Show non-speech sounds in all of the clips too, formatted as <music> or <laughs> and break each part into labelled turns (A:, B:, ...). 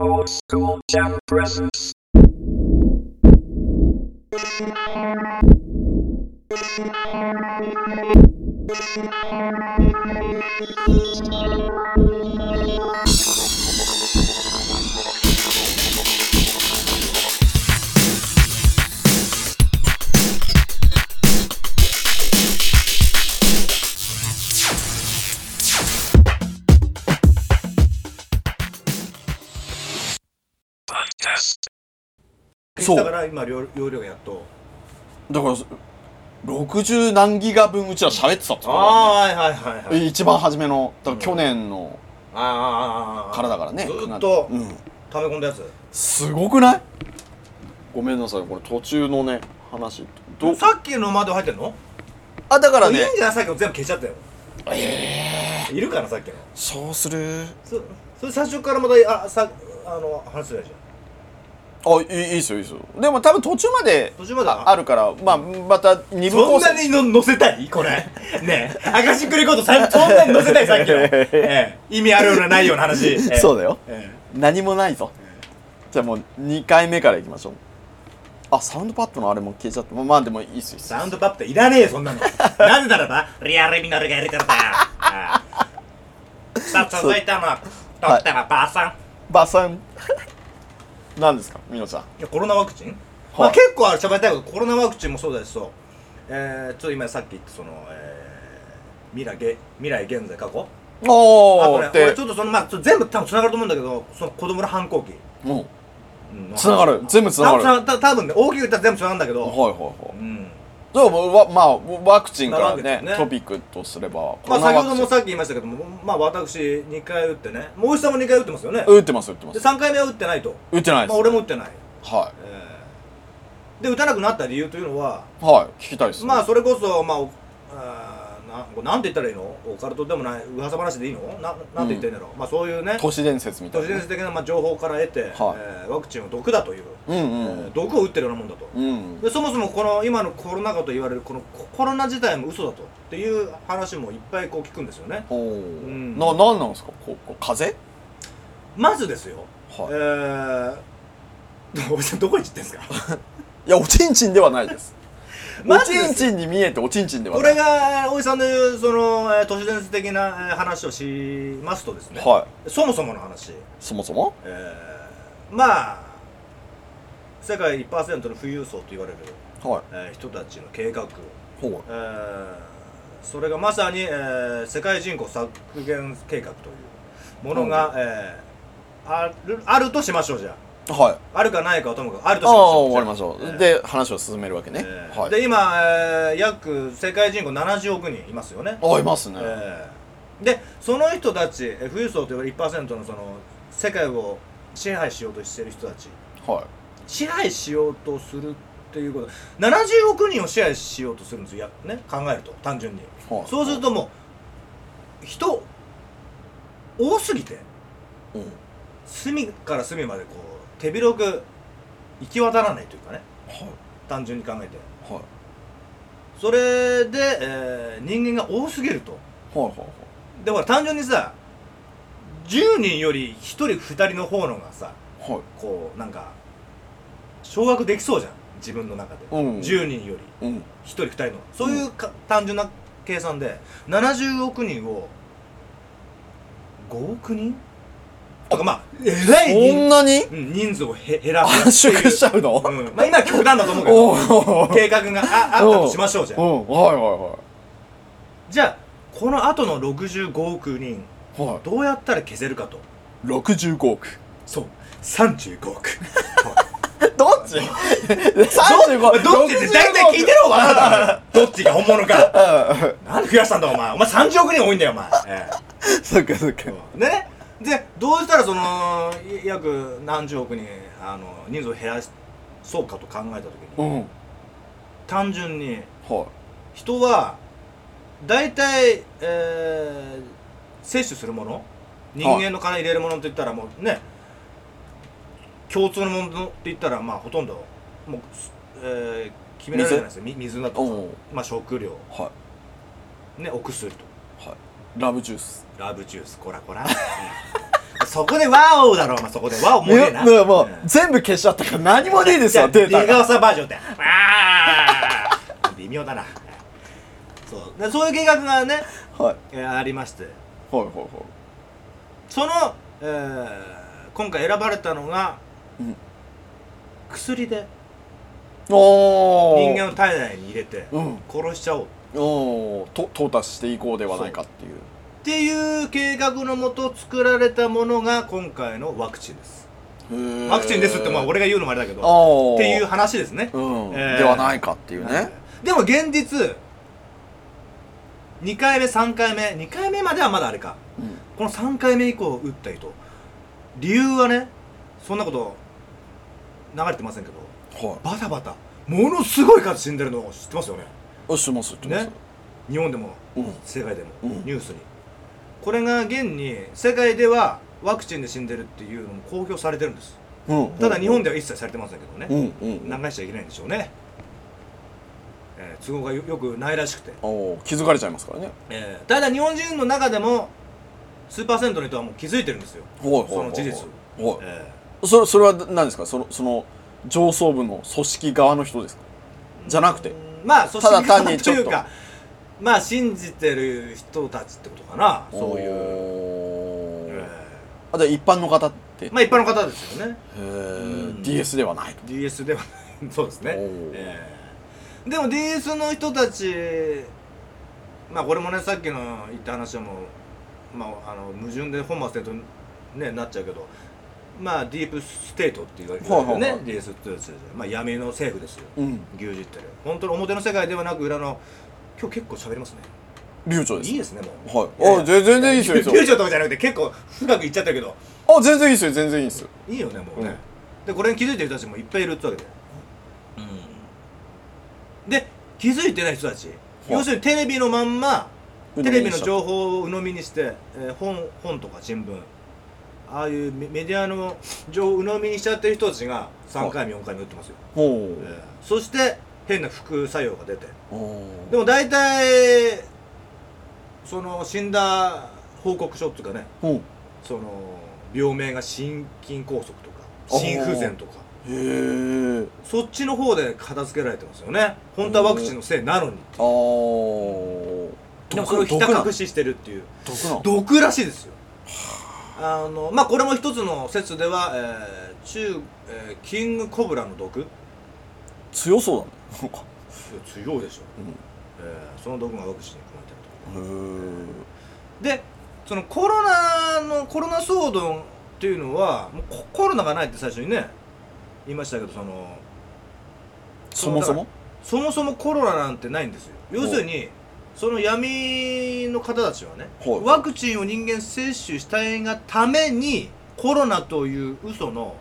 A: Old school jam presents. Podcast.
B: そう
C: だから今容容量がやっと
B: だから60何ギガ分うちら喋ってたってことだ
C: ああーはいはいはい
B: よ
C: はい
B: ね一番初めのだから去年の
C: あーあーあーあー
B: からだからね
C: ずーっと
B: うん
C: 溜め込んだやつ
B: すごくないごめんなさいこれ途中のね話ど
C: さっきのまで入ってんの
B: あだから
C: いいん
B: ね
C: じゃないさっきの全部消しちゃったよええいるからさっきの
B: そうする
C: そそれ最初からまたあさあの話するじゃん
B: あいいいいっすよいいっすよでも多分途中まで
C: 途中まで
B: ああるからまあまた二部
C: そ
B: 構
C: んな
B: 成
C: にの載せたいこれねえ赤しくレコードさそんなに載せたいさっき <laughs> の、ええ意味あるようなないような話、ええ
B: そうだよ
C: え
B: 何もないぞじゃあもう2回目からいきましょうあサウンドパッドのあれも消えちゃったまあまあでもいいっすよいいっ
C: え
B: すよ
C: サウンドパップっていらねえよそん
B: <laughs>
C: なのなぜならばリアルミナルがやるからだよああさあ続いてのドクターはばあさん、
B: バ
C: <laughs>
B: サン何ですかみのちゃん
C: いやコロナワクチン、まあ、結構ある喋りたいことコロナワクチンもそうだしそう、えー、ちょっと今さっき言ったその、えー、未来げ未来現在過去あ
B: お
C: こ
B: お
C: れ
B: って
C: 俺ちょっとその、まあ、ちょっと全部多分繋がると思うんだけどその子供の反抗期
B: うんはい
C: うん
B: 繋がる全部繋がる
C: 多分た多分ね大きく言ったら全部繋がるんだけど、
B: はいは
C: う
B: い
C: ん
B: でもわまあワクチンから
C: なるわ
B: ね
C: けですね
B: トピックとすれば
C: まあ、
B: コロナ
C: 先
B: ワ
C: ほど
B: クチン
C: もさっき言いましたけどもまあ私2回打ってねもう一さんも2回打ってますよね
B: 打ってます打ってま
C: です3回目は打ってないと、
B: 打ってないで
C: ますあ、俺も打ってない、
B: は
C: えー、で打たなくなった理由というのはい
B: はい聞きたいですね
C: まあそれこそまあおあーなこれなんて言ったらいいのオカルトでもない噂話でいいのななんて言ってんだろう、まあそういうね
B: 都市伝説みた
C: 都
B: い
C: 市
B: な
C: 伝説的なまあ情報から得て、えーワクチンは毒だという、
B: うんう
C: え
B: ん
C: ー毒を打ってるようなもんだと、
B: うん
C: でそもそもこの今のコロナ禍と言われるこのココロナ自体も嘘だとっていう話もいっぱいこう聞くんですよね
B: おお
C: ん
B: ななんなんですかここ風
C: まずですよ、
B: はい
C: えーおじさんどこに知ってん
B: <laughs>
C: ですか
B: いやおちんちんではない
C: <laughs>
B: ですお
C: まずで
B: ちん
C: すよ
B: ちんに見えておちんちんでは
C: こ
B: な
C: れ
B: い
C: がおじさんの言うその、えー都市伝説的なえー話をしますとですね、
B: はい
C: そもそもの話、
B: そもそも
C: えーまあ世界1%の富裕層と言われる、
B: はい
C: えー人たちの計画、
B: ほう
C: えーそれがまさに、えー世界人口削減計画というものが、えーあるあるとしましょうじゃ
B: はいあ
C: ああるかないかはともかくあるとしまし
B: あ
C: ょう
B: 終わりましょ
C: じゃあ
B: うで話を進めるわけね
C: えー
B: はい
C: で今、えー約世界人口70億人いますよね
B: あいますね、
C: えーでその人たちえー富裕層といわれる1%のその世界を支配しようとしている人たち
B: はい
C: 支配しようとするっていうこと70億人を支配しようとするんですよ、やね、考えると単純に、
B: はい
C: そうするともう人多すぎて
B: うん
C: 隅から隅までこう手広く行き渡らないというかね
B: はい
C: 単純に考えて
B: はい
C: それで、えー人間が多すぎると
B: はいはいはい
C: でほら単純にさ10人より1人2人の方のがさ
B: はい
C: こうなんか掌握できそうじゃん自分の中で、
B: うん
C: 10人より
B: うん
C: 1人2人のそういうか、単純な計算で70億人を5億人とかまあえらい
B: こん
C: 人,、
B: なに
C: うん、人数をへ減ら
B: 圧
C: すっていう
B: 縮しちゃうの
C: うんまあ、今は極端だと思うけ
B: お
C: ど
B: お
C: 計画がああったとしましょうじゃ
B: うんんはいは
C: じゃあこの後の65億人
B: いはいは
C: どうやったら消せるかと
B: い65億
C: そう35億 <laughs>
B: どっち ?35
C: どっちって大体聞いてろお前あなたどっちが本物か
B: うん
C: なんで増やしたんだお前お前30億人多いんだよお <laughs> 前、え
B: そっかそっか
C: えでねでどうしたらそのい約何十億人あの人数を減らしそうかと考えた時
B: う
C: に
B: んはい
C: 単純に人は大体、えー、摂取するもの人間の体に入れるものって言ったらもうね共通のものって言ったらまあほとんどもう、えー、決められるじゃないですか水水だとか、
B: うん
C: まあ、食料、
B: は
C: ね、お薬と
B: いはいラブジュース
C: ラブジュースこらこら <laughs> そこでワオだろお前そこでワオもうねえな
B: ねもう全部消しちゃったから何もねえですよデータ
C: 出川
B: が
C: さんバージョンってわあ微妙だなそうでそういう計画がね
B: はい
C: えーありまして
B: ほいほいほ
C: その、えー今回選ばれたのが、
B: うん
C: 薬で
B: いおお
C: 人間を体内に入れて
B: うん
C: 殺しちゃおうっ
B: おおと淘汰していこうではないかっていう
C: ていう計画のもと作られたものが今回のワクチンです
B: へー
C: ワクチンですってまあ俺が言うのもあれだけどっ
B: おー
C: ていう話ですね
B: うん
C: えー
B: ではないかっていう
C: はい
B: ね
C: でも現実2回目3回目2回目まではまだあれか
B: うん
C: この3回目以降打った人理由はねそんなこと流れてませんけど
B: は
C: バタバタものすごい数死んでるの知ってますよね
B: いあしますします
C: ね日本でも
B: うん
C: 世界でも、
B: うん
C: ニュースにこれが現に世界ではワクチンで死んでるっていうのも公表されてるんです
B: うん
C: ただ日本
B: で
C: では一切されてませんけど
B: う
C: ね
B: んうん
C: 流しちゃいけないんでしょうね、えー都合がよよくないらしくて、
B: おおー気づかれちゃいますからね
C: えーただ日本人の中でも数パーセントの人はもう気づいてるんですよ、
B: はいはいはい
C: その事実
B: はい
C: え
B: それそれは何ですかそのその上層部の組織側の人ですか
C: ー
B: じゃなくて
C: うんまあ組
B: ただ
C: 織
B: 単
C: 側
B: に
C: と
B: ちょ
C: い
B: っと
C: うかまあ信じてる人たちってことかなそういう、
B: う
C: え
B: あじゃあ一般の方って、
C: ーまあ一般の方ですよね
B: へー
C: うん
B: DS ではない
C: DS ではない <laughs> そうですね
B: おー、
C: ええでも DS の人たちまあこれもねさっきの言った話はもう、まあ、あの矛盾で本末転倒に、ね、なっちゃうけどまあディープステートって言われてるよね、
B: はいはいはい
C: DS ってやつまあ闇の政府ですよ
B: うん
C: 牛耳ってる本当に表の世界ではなく裏の今日結構喋りますね
B: 流暢です
C: いいですねもう
B: はいあ全全然いいですよいいです
C: <laughs> 流
B: よ
C: 暢とかじゃなくて結構深く言っちゃったけど
B: あ全然いいですよ全然いいですよ
C: いいよねもうね、でこれに気づいてる人たちもいっぱいいるってわけで、で気づいてない人たち要するにテレビのまんま
B: 鵜
C: テ
B: 呑みにし
C: レビの情報を鵜呑みにして、えー本本とか新聞ああいうメメディアの情報を鵜呑みにしちゃってる人たちが3回目4回目打ってますよ、
B: ほ
C: えーそして変な副作用が出て
B: うお
C: でも大体その死んだ報告書っていうかね
B: ほう
C: その病名が心筋梗塞とか心不全とか
B: へえ
C: そっちの方で片付けられてますよね本当はワクチンのせいなのに
B: あー
C: でもそれをひた隠ししてるっていう
B: 毒なの
C: 毒らしいですよあのまあこれも一つの説では、えー中、えーキングコブラの毒
B: 強そうだね
C: 強いでしょ、
B: うん
C: えーその毒がワクチンに含まれてると
B: へー
C: でそのコロナのコロナ騒動っていうのはもうココロナがないって最初にね言いましたけどその
B: そもそも
C: そもそもコロナなんてないんですよ要するにその闇の方たちはね
B: はい
C: ワクチンを人間接種したいがためにコロナという嘘の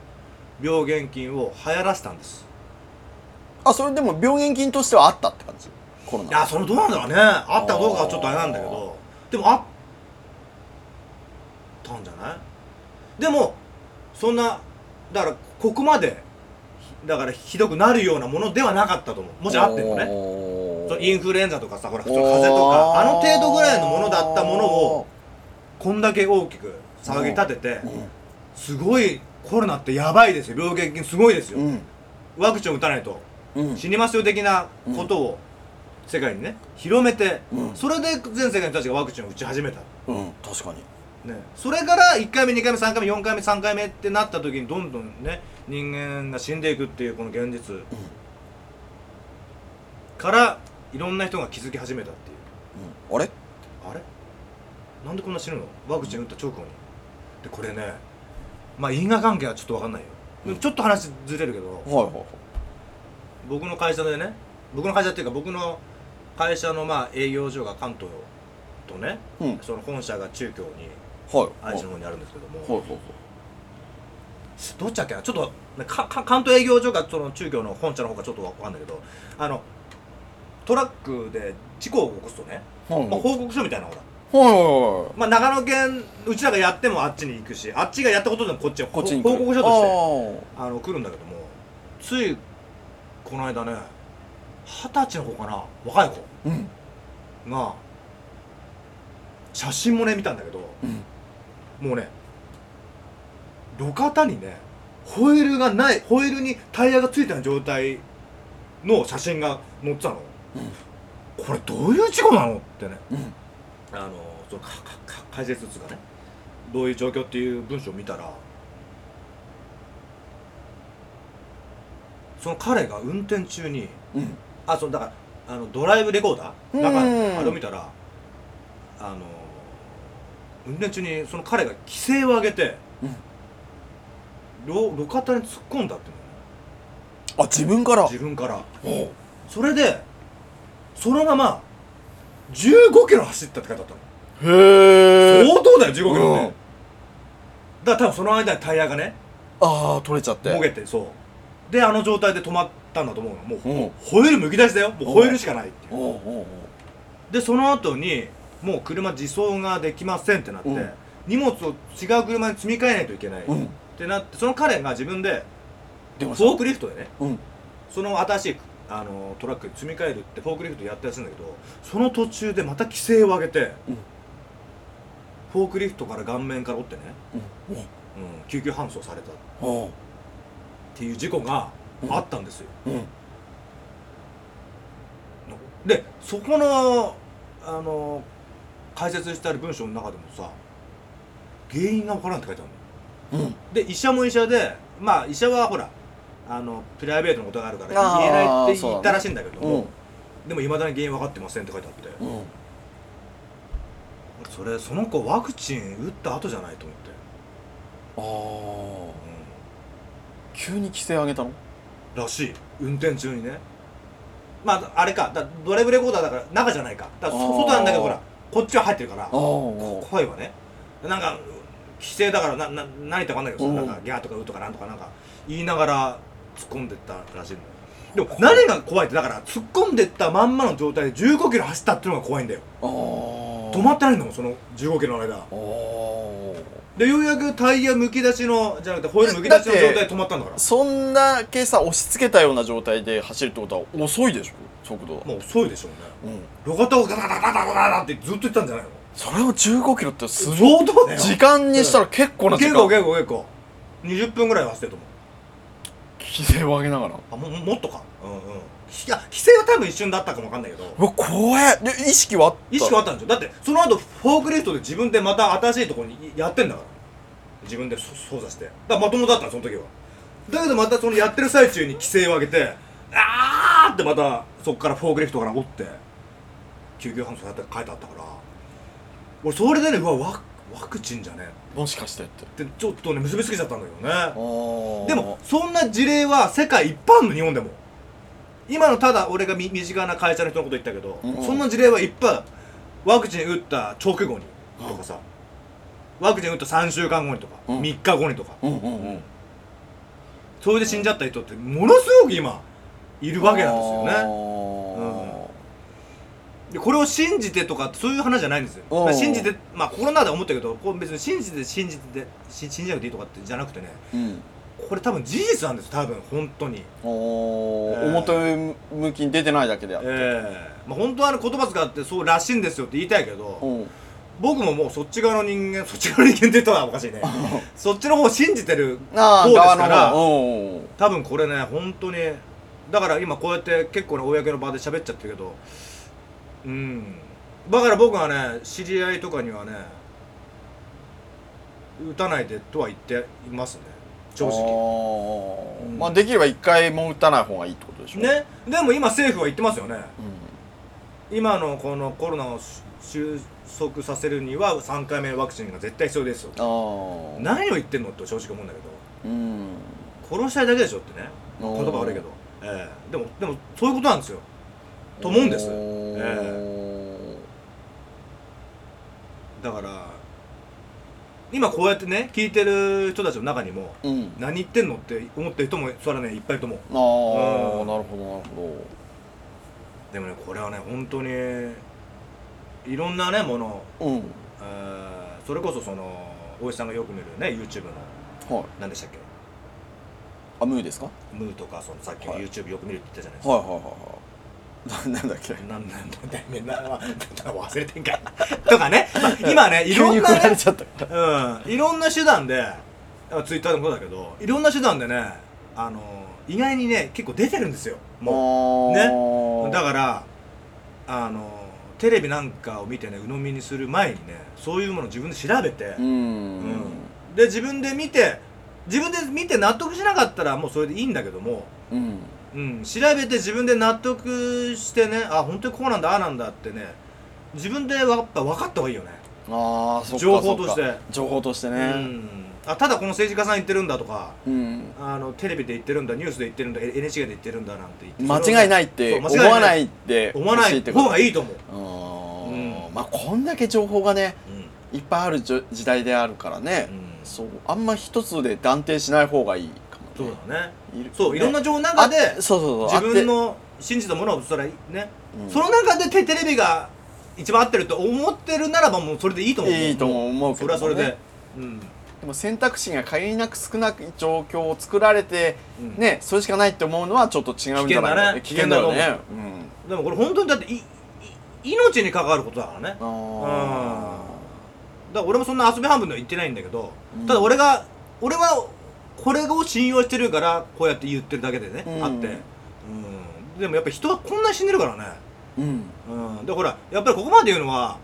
C: 病原菌を流行らせたんです
B: あそれでも病原菌としてはあったって感じコロ
C: い
B: ナ
C: やそれどうなんだろうねあったかどうかはちょっとあれなんだけどでもあったんじゃないでもそんなだからここまでだからひどくなるようなものではなかったと思うもしあってもね
B: ね
C: そのインフルエンザとかさほらその風邪とかあの程度ぐらいのものだったものをこんだけ大きく騒ぎ立ててすごいコロナってやばいですよ病原菌すごいです
B: う
C: よ
B: ん
C: ワクチンを打たないと
B: うん
C: 死にますよ的なことを世界にね広めて
B: うん
C: それで全世界の人たちがワクチンを打ち始めた、
B: うん確かに
C: ね、それから1回目2回目3回目4回目3回目ってなった時にどんどんね人間が死んでいくっていうこの現実からいろんな人が気づき始めたっていう
B: うんあれ
C: あれなんでこんな死ぬのワクチン打った直後にでこれねまあ因果関係はちょっと分かんないよ、でもちょっと話ずれるけど
B: はいはいはい
C: 僕の会社でね僕の会社っていうか僕の会社のまあ営業所が関東とね
B: うんはい
C: その本社が中京に
B: はい
C: 愛知の方にあるんですけども、
B: はいはい
C: どっちだっけなちょっとかか関東営業所かその中京の本社の方かちょっと分かんないけどあのトラックで事故を起こすとね、
B: はいはい
C: まあ、報告書みたいなのが
B: はいは
C: まあ、長野県うちらがやってもあっちに行くしあっちがやったことでもこっち
B: いこっちに来
C: 報
B: る
C: 告書として
B: し
C: あの来るんだけどもついこの間ね二十歳の子かな若い子
B: てうん
C: が写真もね見たんだけど
B: うん
C: もうね路肩にねホイールがないホイールにタイヤがついた状態の写真が載ってたの、これどういう事故なのってね、
B: うん
C: あのそのかかか解説つうかねどういう状況っていう文章を見たらその彼が運転中に
B: うん
C: あそのだからあのドライブレコーダーだか
B: うん
C: らあれを見たらあの運転中にその彼が規制を上げて、路路肩に突っ込んだっていうのね
B: あ自分から
C: 自分からそれでそのまま15キロ走ったって書いてあったの
B: へえ
C: 相当だよ15キロっ
B: うん
C: てだから多分その間にタイヤがね
B: ああ取れちゃって
C: もげてそうであの状態で止まったんだと思うのもう
B: うんおう
C: ホイールむき出しだよもうホイールしかないっていう
B: おうおう
C: でその後にもう車自走ができませんってなって、
B: うん
C: 荷物を違う車に積み替えないといけないっ
B: うん
C: てなってその彼が自分で
B: 出
C: フ
B: ま
C: ォ
B: した
C: ークリフトでね
B: うん
C: その新しいあのトラックに積み替えるってフォークリフトやったやつなんだけどその途中でまた規制を上げて、
B: うん
C: フォークリフトから顔面から折ってね、
B: うん
C: うん、救急搬送されたっ
B: おう
C: ていう事故があったんですよ、
B: うん
C: でそこのあの解説してある文章の中でもさ原因が分からんって書いてあるの
B: うん
C: で医者も医者でまあ医者はほらあのプライベートのことがあるから
B: あー
C: 言えないって
B: そ
C: 言
B: うだね
C: ったらしいんだけど
B: う
C: も、
B: ん
C: でもいまだに原因分かってませんって書いてあって、
B: うん
C: それその子ワクチン打った後じゃないと思って、
B: ああ急に規制上げたの
C: うん、らしい運転中にねまああれかだドライブレコーダーだから中じゃないかだから
B: あ
C: そ
B: ー
C: 外なんだけどほらこっちは入ってるから
B: ああ
C: 声はねなんか規制だからなな何言ったか分かんないけどさ
B: うん
C: なんかギャーとかウーとかなんとかなんか言いながら突っ込んでったらしいんだよでも何が怖いってだから突っ込んでったまんまの状態で1 5キロ走ったっていうのが怖いんだよ
B: ああ
C: 止まってないんだもんその1 5キロの間でようやくタイヤむき出しのじゃなくてホイールむき出しの状態で止まったんだから
B: そんだけさ押し付けたような状態で走るってことは遅いでしょ速度は
C: もう遅いでしょうね
B: うん
C: 路肩をガタガタガタガタガタってずっと言ったんじゃないの
B: それを15キロってすごい
C: 相当だよ
B: 時間にしたら結構な時
C: 結
B: 間
C: 構結構結構20分ぐらいは走ってると思う
B: 規制を上げながら
C: あももっとかうんうんいや規制は多分一瞬だったかもわかんないけど
B: うわ怖えで意識はあった
C: 意識はあったんでしょだってその後フォークリフトで自分でまた新しいところにやってんだから自分でそ操作してだからまともだったのその時はだけどまたそのやってる最中に規制を上げてあーってまたそっからフォークリフトから折って救急搬送やって書いてあったから俺それでねうわワクワクチンじゃね
B: もしかしてって
C: ってちょっとね結びつけちゃったんだけどね
B: で
C: でもそんな事例は世界一般の日本でも今のただ俺がみ身近な会社の人のこと言ったけど、
B: うん
C: そんな事例はいっぱいあるワクチン打った直後にとかさ、ワクチン打った3週間後にとか、
B: うん
C: 3日後にとか
B: うんうんうん
C: それで死んじゃった人ってものすごく今いるわけなんですよね
B: ね
C: でこれを信じてとかそういう話じゃないんですよ
B: う
C: だ
B: ん
C: から信じてまあコロナで思ったけどこう別に信じて信じてし信じなくていいとかってじゃなくてね
B: うん
C: これ多分事実なんです多分本当に
B: おー
C: えー
B: 表向きに出てないだけである
C: ええまあ本当はあの言葉使ってそうらしいんですよって言いたいけ
B: う
C: ど
B: ん <laughs>
C: 僕ももうそっち側の人間 <laughs> そっち側の人間って言ったらおかしいねそっちの方を信じてる
B: ああ
C: そうですから
B: 側の方うん
C: 多分これね本当にだから今こうやって結構ね公の場で喋っちゃってるけどうんだから僕はね知り合いとかにはね打たないでとは言っていますね正直
B: 直
C: うん
B: まあできれば一回も打たない方がいいってことでしょ
C: ねでも今政府は言ってますよね
B: うん
C: 今のこのコロナを収束させるには3回目ワクチンが絶対必要ですよ
B: ああ
C: 何を言ってんのと正直思うんだけど
B: うん
C: 殺したいだけでしょってね
B: お
C: 言
B: ー
C: 葉悪いけど、ええでもでもそういうことなんですよと思うんです
B: おー
C: だから今こうやってね聞いてる人たちの中にも
B: うん
C: 何言ってんのって思ってる人もそらねいっぱいいると思う
B: ああ、
C: うん
B: なるほどなるほ
C: でもねこれはね本当にいろんなねもの、
B: どうん
C: ええそれこそその大石さんがよく見るね YouTube の
B: はい
C: 何でしたっけ
B: あムーですかは
C: ムーとかそのさっき
B: はい
C: YouTube よく見るって言ったじゃないです
B: い
C: か、
B: はいはいはいななんだっ
C: <laughs>
B: け
C: なんなんだ題名なな忘れてん
B: <laughs>
C: かとかね、まあ今ねい
B: 急
C: ろ
B: に
C: ん
B: 振
C: な
B: られ
C: ね
B: ちゃった
C: うんいろんな手段であツイッターでもそうだけどいろんな手段でねあの意外にね結構出てるんですよもう
B: も
C: だからあのテレビなんかを見てね鵜呑みにする前にねそういうものを自分で調べて、
B: うん、
C: で自分で見て自分で見て納得しなかったらもうそれでいいんだけども、
B: うん、
C: うん、調べて自分で納得してねあ本当にこうなんだああなんだってね自分でわやっぱ分かった方がいいよね、
B: ああそっか
C: 情報として
B: そっか情報として
C: う
B: ね
C: ん、あただこの政治家さん言ってるんだとか
B: うん、
C: あのテレビで言ってるんだニュースで言ってるんだ N- NHK で言ってるんだなんて言って
B: 間違いないいって
C: そう
B: 思
C: 間違いない
B: わないって
C: 思わな
B: 欲し
C: い
B: って
C: 方が
B: い
C: いいと思う、
B: うん
C: うん
B: まあこんだけ情報がね
C: うん
B: いっぱいあるじょ時代であるからね、
C: うんそ
B: そうあんま一つで断定しない方がいいか
C: う
B: もね
C: だね
B: る
C: そういろんな
B: ね
C: 情報の中で
B: あそうそうそ
C: 自
B: う
C: 分、の信じたものをそれはね、
B: あってうん
C: その中でテテレビが一番合ってると思ってるならばもうそれでいいと思う
B: いいと思う思うけ
C: それ
B: どね
C: はそれで、うん
B: でも選択肢が限りなく少ない状況を作られて、
C: うん
B: ねそれしかないって思うのはちょっと違うんじゃないか
C: 危険だね
B: 危険だ
C: 危険
B: よね
C: でもこれ本当にだっていい命に関わることだからねだか
B: うん
C: ら俺もそんな遊び半分では言ってないんだけど、
B: うん
C: ただ俺が俺はこれを信用してるからこうやって言ってるだけでね、
B: うん
C: あって、うん、でもやっぱ人はこんなに死んでるからね、
B: うん
C: うん、でほらやっぱりここまで言うのは、うん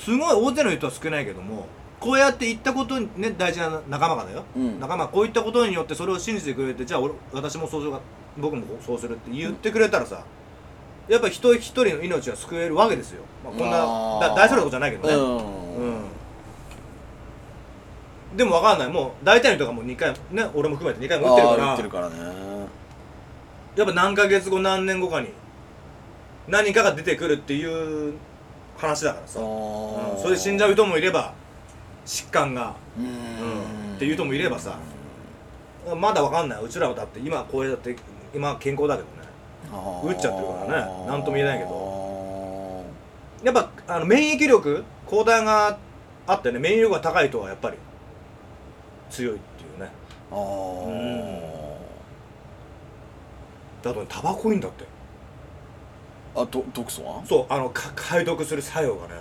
C: すごい大勢の人は少ないけどもこうやって言ったことにね大事な仲間がだよ、
B: うん
C: 仲間こういったことによってそれを信じてくれてじゃあ俺私もそうするか僕もそうするって言ってくれたらさ、やっぱ一人一人の命は救えるわけですよ、まあ、こん
B: あ
C: な
B: ー
C: だ大それたことじゃないけど
B: う
C: ね、
B: んうん
C: うんでも分かんないもう大体の人がもう2回ね俺も含めて2回も打ってるか
B: ああ
C: ら
B: 言ってるからね
C: やっぱ何ヶ月後何年後かに何かが出てくるっていう話だからさ、うんそれで死んじゃ
B: う
C: う人もいれば疾患が
B: うん、
C: っていう人もいればさまだ分かんないうちらはだって今こうやって今健康だけどね打っちゃってるからねなんとも言えないけどや
B: ど
C: っぱあの免疫力抗体があってね免疫力が高い人はやっぱり強いっていうね
B: ああ、
C: だとねタバコいいんだって
B: あど毒素は
C: そうあのか解毒する作用がね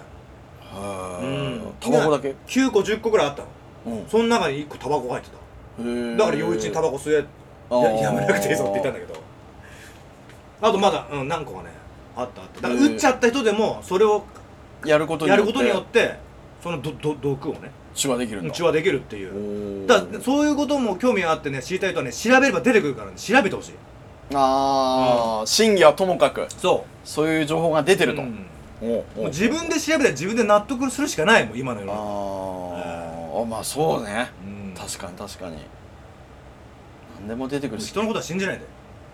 B: は
C: うん
B: タバコだけ
C: 9個10個ぐらいあったの
B: うん
C: その中に1個タバコ入ってただから陽一にタ
B: バ
C: バコ吸え
B: コ
C: ややめなくていいぞって言ったんだけどあとまだ、うん、何個かねあったあっただから打っちゃった人でもそれを
B: やることに
C: や
B: よ
C: る
B: っ
C: ことによっててそのどど毒をね
B: 血はできるんだ
C: 血はできるっていう
B: おー
C: だからそういうことも興味があってね知りたい人はね調べれば出てくるからね調べてほしい
B: ああ真偽はともかく
C: そ
B: そういう情報が出て
C: う
B: ると
C: うん
B: おう
C: もう
B: おう
C: 自分で調べて自分で納得するしかないもん今の世の中、
B: あーあまあそうね
C: うん
B: 確かに確かに何でも出てくるし
C: 人のことは信じないで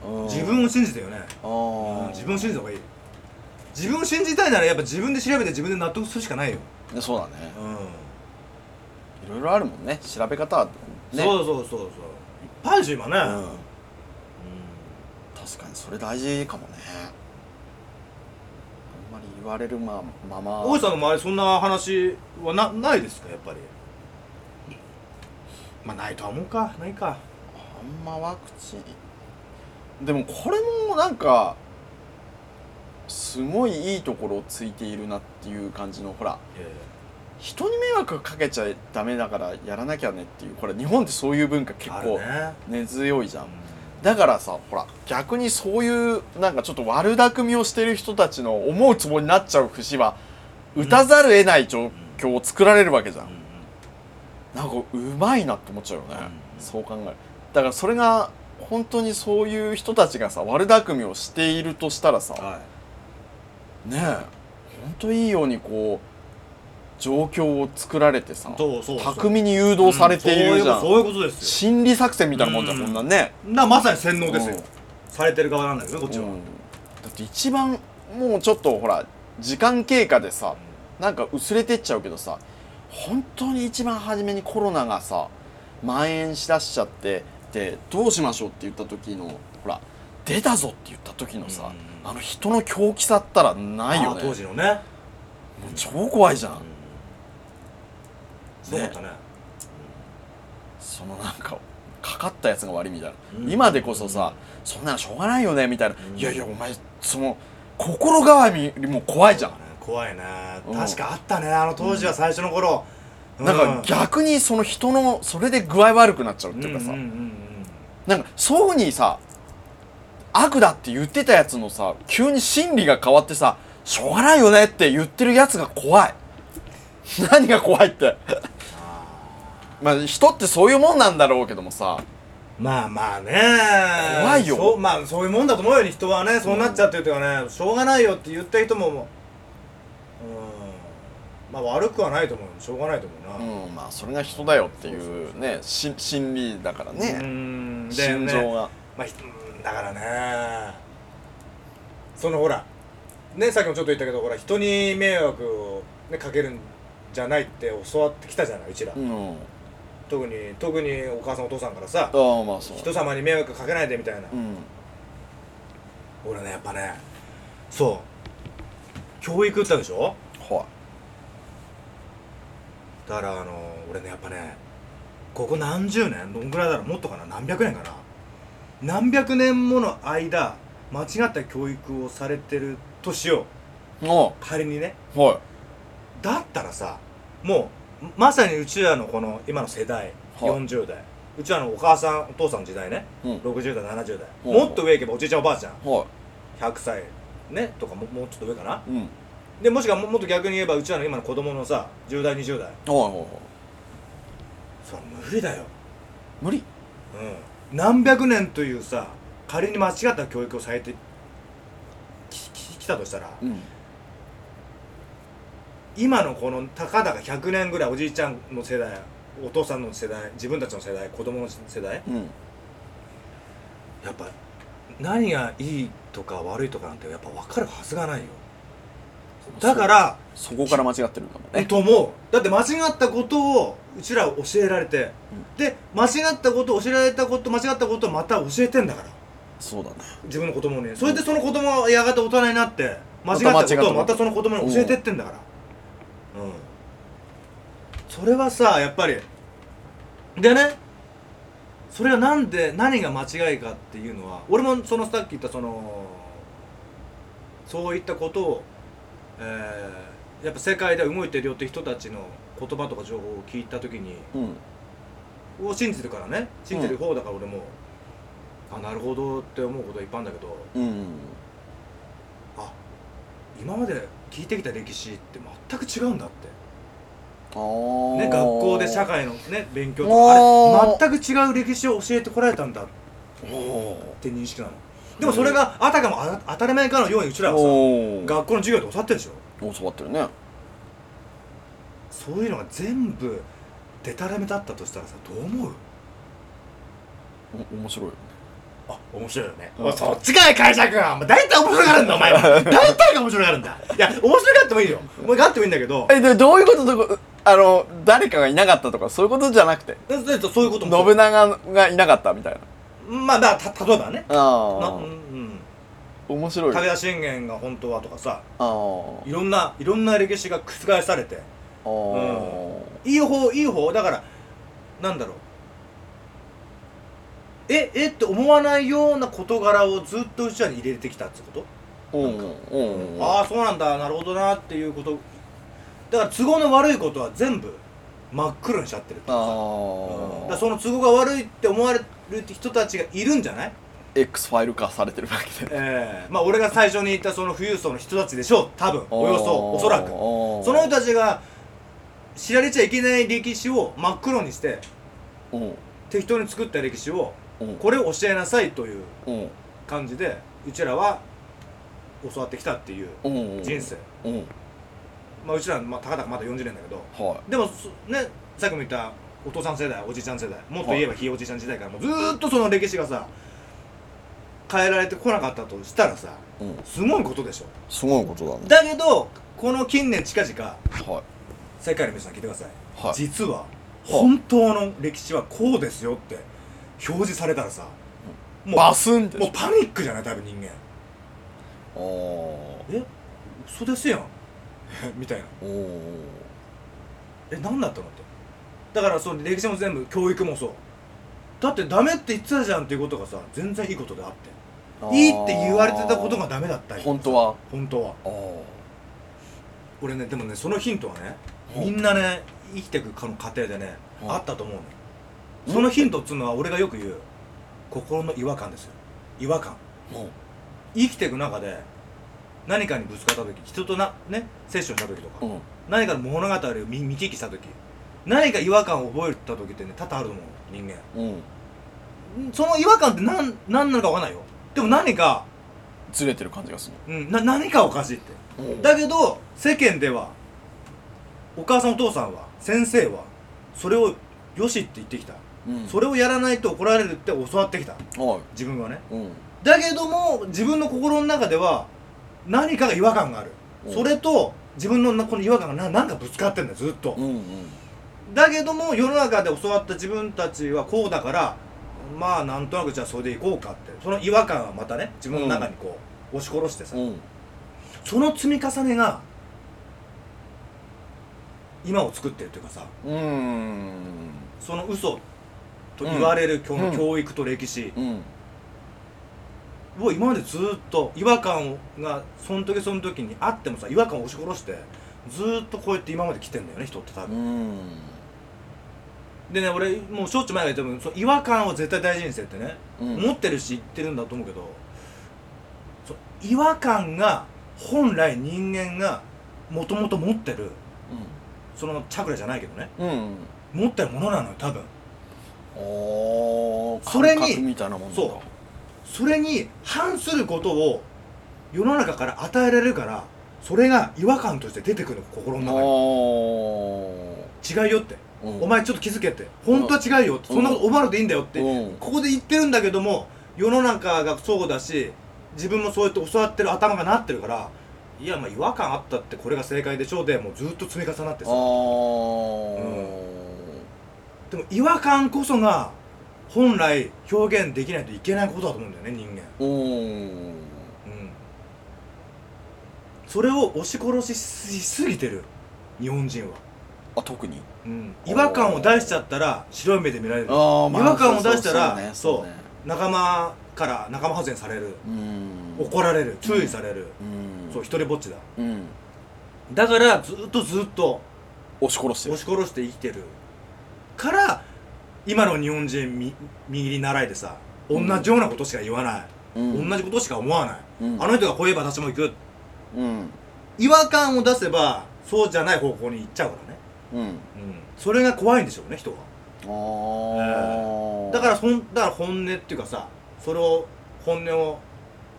B: うん
C: 自分を信じてよね、
B: あ
C: うん
B: あ
C: 自分を信じた方がいい自分を信じたいならやっぱ自分で調べて自分で納得するしかないよ、
B: でそうだね
C: う
B: いろいろあるもんね調べ方は
C: ん
B: ね
C: そうそうそうそういっぱいあるでしょ今ね、
B: うん確かにそれ大事かもねあんまり言われるままま
C: 大石さんの周りそんな話はなないですかやっぱりまあないとは思うかないか
B: あんまワクチンでもこれもなんかすごいいいところをついているなっていう感じのほら人に迷惑かけちゃダメだからやらなきゃねっていうこれ日本ってそういう文化結
C: ある
B: 構
C: ね
B: 根強いじゃん、
C: うん
B: だからさほら逆にそういうなんかちょっと悪巧みをしてる人たちの思うつぼになっちゃう節は打たざるを得ない状況を作られるわけじゃん、なんかうまいなって思っちゃうよね、
C: うん
B: そう考えるだからそれが本当にそういう人たちがさ悪巧みをしているとしたらさね
C: は
B: え本当いいようにこう状況を作られてさ
C: いそうそうそう
B: 巧みに誘導されているじゃん、
C: そういうことそういうことですよ
B: 心理作戦みたいなもんじゃん、
C: うん
B: こんなんね
C: なまさに洗脳ですよ
B: うん
C: されてる側なんだけどねこっちは
B: うんだって一番もうちょっとほら時間経過でさなんか薄れてっちゃうけどさ本当に一番初めにコロナがさ蔓延しだしちゃってでどうしましょうって言った時のほら出たぞって言った時の
C: う
B: さ、
C: ん
B: あの人の狂気さったらないよ
C: あー
B: ね
C: 当時のね
B: もう超怖いじゃん、
C: すごかったね
B: そのなんかかかったやつが悪いみたいな、
C: うん
B: 今でこそさ、そんなのしょうがないよねみたいな、
C: うん
B: いやいやお前その心変わりも怖いじゃん
C: 怖いね
B: うん
C: 確かあったねあの当時は最初の頃
B: なん
C: うん
B: か逆にその人のそれで具合悪くなっちゃうっ
C: うん
B: ていううかさ、
C: んうん
B: なんかそうにさ悪だって言ってたやつのさ急に心理が変わってさしょうがないよねって言ってるやつが怖い <laughs> 何が怖いってまあ人ってそういうもんなんだろうけどもさ
C: まあまあね
B: 怖いよ
C: そうまあそういうもんだと思うよね人はねそうなっちゃってるというかね、しょうがないよって言った人ももううんまあ悪くはないと思うよしょうがないと思うな、
B: うんまあそれが人だよっていうねし心理だから
C: う
B: ね
C: んだよ
B: 心
C: ね
B: 情が
C: まあひうんだからねそのほらねさっきもちょっと言ったけどほら人に迷惑を、ね、かけるんじゃないって教わってきたじゃないうちら、
B: うんあ
C: 特に特にお母さんお父さんからさ
B: あまあそう
C: 人様に迷惑かけないでみたいな、
B: うん
C: 俺ねやっぱねそう教育言ったでしょ
B: は
C: だからあの俺ねやっぱねここ何十年どんぐらいだろうもっとかな何百年かな何百年もの間間違った教育をされてるとしよ
B: いお
C: う仮にね
B: は
C: だったらさもうまさにうちらのこの今の世代、
B: はい
C: 40代うちらのお母さんお父さんの時代ね、
B: うん
C: 60代70代、
B: うん
C: もっと上行けばおじいちゃんおばあちゃん
B: いは
C: 100歳ねとかももうちょっと上かない
B: うんはい
C: でもしくはももっと逆に言えばうちらの今の子供のさ10代20代
B: はいはい
C: それ無理だよ、
B: 無理
C: うん、何百年というさ仮に間違った教育をされてきききたとしたら
B: うん
C: 今のこのたかだか100年ぐらいおじいちゃんの世代お父さんの世代自分たちの世代子供の世代
B: うん
C: やっぱ何がいいとか悪いとかなんてやっぱ分かるはずがないよだから
B: そこから間違ってるかもね
C: と思うだって間違ったことをうちら教えられて、
B: うん
C: で間違ったこと教えられたこと間違ったことをまた教えてんだから
B: そうだね
C: 自分の子供にそれでその子供はやがて大人になって間違った
B: また
C: こ
B: 間違ったことと
C: をまたその子供に教えてってんだからうんそれはさやっぱりでねそれはなんで何が間違いかっていうのは俺もそのさっき言ったそのそういったことを、えーやっぱ世界で動いてるよって人たちの言葉とか情報を聞いた時に
B: うん
C: を信じてるからね信じてる方だから俺も、あなるほどって思うことはいっぱいあるんだけど
B: うん
C: あ今まで聞いてきた歴史って全く違うんだって、
B: ああ
C: ね、学校で社会の、ね、勉強と
B: お
C: か
B: ー
C: あれ全く違う歴史を教えてこられたんだっ
B: おお
C: て認識なのでもそれがあたかもあ当たり前かのようにうちらはさ
B: おお
C: 学校の授業で教わってるでしょ
B: 教わってるね
C: そういうのが全部でたらめだったとしたらさどう思う
B: お面白いよね
C: あ面白いよね、
B: うん
C: そっちかい解釈がお前大体面白がるんだ
B: <laughs>
C: お前は大体が面白がるんだいや面白がってもいいよ面白がってもいいんだけど
B: えでどういうことどこあの誰かがいなかったとかそういうことじゃなくて
C: だだそういうこと
B: 信
C: も
B: 長がいなかったみたいな
C: まあまあた例えばねな
B: あ
C: う
B: あ
C: んうん
B: 面白い
C: 武
B: あ
C: 田信玄が本当はとかさ
B: あー
C: いろんないろんな歴史が覆されて
B: あー
C: いい方いい方だからなんだろうええって思わないような事柄をずっとうちらに入れてきたってこと、
B: うんうんうん
C: ああそうなんだなるほどなっていうことだから都合の悪いことは全部真っ黒にしちゃってるっていうかさうんだから
B: あ
C: その都合が悪いって思われる人たちがいるんじゃない
B: X ファイル化されてるわけで
C: ええまあ俺が最初に言ったその富裕層の人たちでしょう多分およそおそらくそ
B: そ
C: の人たちが知られちゃいけない歴史を真っ黒にして
B: うん
C: 適当に作った歴史を
B: うん
C: これを教えなさいという
B: うん
C: 感じでうちらは教わってきたっていう
B: うんうん
C: 人生、
B: うん
C: まあ、うちらまあたかだかまだ40年だけど
B: は
C: でもそねさっきも言ったお父さん世代おじいちゃん世代もっと言えばひいおじいちゃん時代からもうずーっとその歴史がさ変えられてこなかったとしたらさ
B: いうん
C: すごいことでしょ
B: すごいことだね
C: だけどこの近年近々
B: はい
C: 世界の皆さん聞いてください
B: はい
C: 実は本当の歴史はこうですよって表示されたらさも
B: バスンって
C: うもうパニックじゃない多分人間
B: あーお
C: え嘘ですやん <laughs> みたいな
B: ー
C: え何だったのってだからその歴史も全部教育もそうだってダメって言ってたじゃんっていうことがさ全然いいことであって
B: あー
C: いいって言われてたことがダメだったり
B: 本当は
C: 本当は
B: ああ
C: 俺ねでもねそのヒントはね
B: お
C: みんなね生きていくかの過程でね、
B: はい
C: あったと思うのよそのヒントっつうのは俺がよく言う心の違和感ですよ違和感
B: も
C: 生きていく中で何かにぶつかった時人となねセッションした時とか、
B: う、うん、
C: 何かの物語を見見聞きした時何か違和感を覚えた時ってね多々あると思う人間
B: うん、
C: その違和感って何何なのかわかんないよでも何か、
B: ずれてる感じがす
C: うん、な何かおかしいって
B: る、うん
C: だけど世間ではお母さんお父さんは先生はそれをよしって言ってきた、
B: うん、
C: それをやらないと怒られるって教わってきた
B: は
C: 自分はね
B: い、うん、
C: だけども自分の心の中では何かが違和感がある、
B: うん
C: それと自分のなこの違和感がななんかぶつかってんだよずっと、
B: うんうん
C: だけども世の中で教わった自分たちはこうだからまあなんとなくじゃあそれでいこうかってその違和感はまたね自分の中にこう、押し殺してさ、
B: うん
C: その積み重ねが今を作ってるというかさ
B: うん
C: その嘘と言われる今日
B: う
C: の
B: ん
C: 教育と歴史
B: うん
C: を今までずっと違和感をがその時その時にあってもさ違和感を押し殺してずっとこうやって今まで来てんだよね人って多
B: う
C: 分。
B: ん
C: でね俺もうしょっちゅう前から言ってもその違和感を絶対大事にせってね
B: うん
C: 持ってるし言ってるんだと思うけどそう違和感が本来人間がもともと持ってるそのチャクラじゃないけどね
B: うんうん
C: 持ってるものなのよ多分
B: おー
C: それに
B: 感覚みたいなもんだ
C: そうそれに反することを世の中から与えられるからそれが違和感として出てくるの心の中
B: お
C: に違いよって、
B: ーうん
C: お前ちょっと気づけって本当は違うよって、
B: うん
C: そんなこと思われていいんだよって、
B: うん
C: ここで言ってるんだけども世の中がそうだし自分もそうやって教わってる頭がなってるからいやまあ違和感あったってこれが正解でしょうでもうずっと積み重なって
B: あ
C: さ
B: ー
C: でも違和感こそが本来表現できないといけないことだと思うんだよね人間
B: うん
C: うんそれを押し殺しすぎてる日本人は、
B: あ特に
C: うん、違和感を出しちゃったら白い目で見られる
B: あーまあ
C: 違和感を出したら
B: そうね
C: そう
B: ね
C: 仲間から仲間外れにされる
B: うん
C: 怒られる注意される、
B: うん
C: そう一人ぼっちだ
B: うん
C: だからずっとずっと
B: 押し殺して
C: 押
B: る
C: し殺して生きてるから今の日本人み右に習いでさ同じようなことしか言わない、
B: うん
C: 同じことしか思わない、
B: うん
C: あの人がこう言えば私も行く
B: うん
C: 違和感を出せばそうじゃない方向に行っちゃうからね、
B: うん
C: うん、それが怖いんでしょうね人は
B: あー
C: だからそんだから本音っていうかさそれを本音を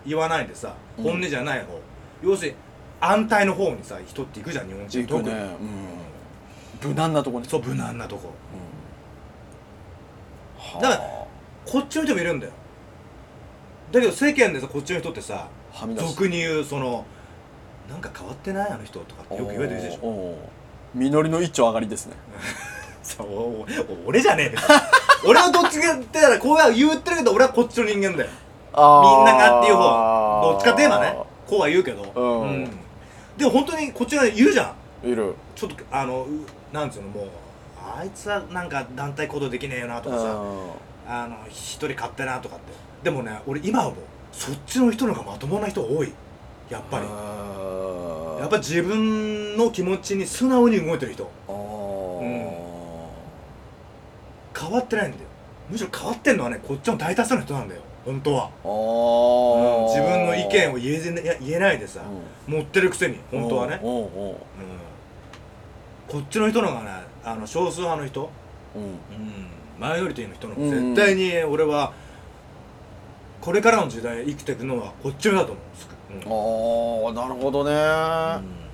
C: 言わないでさ
B: うん
C: 本音じゃない方、要するに安泰の方にさ人って行くじゃん日本人
B: 行く
C: 特
B: ね
C: に、
B: うん無難なとこね
C: そう無難なとこ
B: うん
C: だか
B: は
C: こっちの人もいるんだよだけど世間でさこっちの人ってさ
B: あはみ出す
C: 俗に言うそのなんか変わってないあの人とかってよく言われてるでしょ
B: おー実りの一丁上がりですね
C: <laughs> そうおお俺じゃねえ
B: <laughs>
C: 別に俺はどっちかって言ったらこうは言ってるけど俺はこっちの人間だよみんながっていう方どっちかって言えばねこうは言うけど
B: うん
C: でも本当にこっち側言うじゃん
B: いる
C: ちょっとあのうなんつうのもうあいつはなんか団体行動できねえよなとかさあの一人勝手なとかってでもね俺今はもうそっちの人の方がまともな人多いやっぱりやっぱ自分の気持ちに素直に動いてる人
B: あー
C: 変わってないんだよむしろ変わってんのはねこっちの大多数の人なんだよ本当は、
B: あ
C: うん自
B: ー
C: 分の意見を言えずいや言えないでさ
B: うん
C: 持ってるくせに本当はね、
B: おうおう
C: うん、こっちの人の方がねあの少数派の人
B: おううん
C: うんマイノリティの人の方が
B: うんうん
C: 絶対に俺はこれからの時代生きていくのはこっちだと思うんですけど、
B: ああなるほどね
C: うん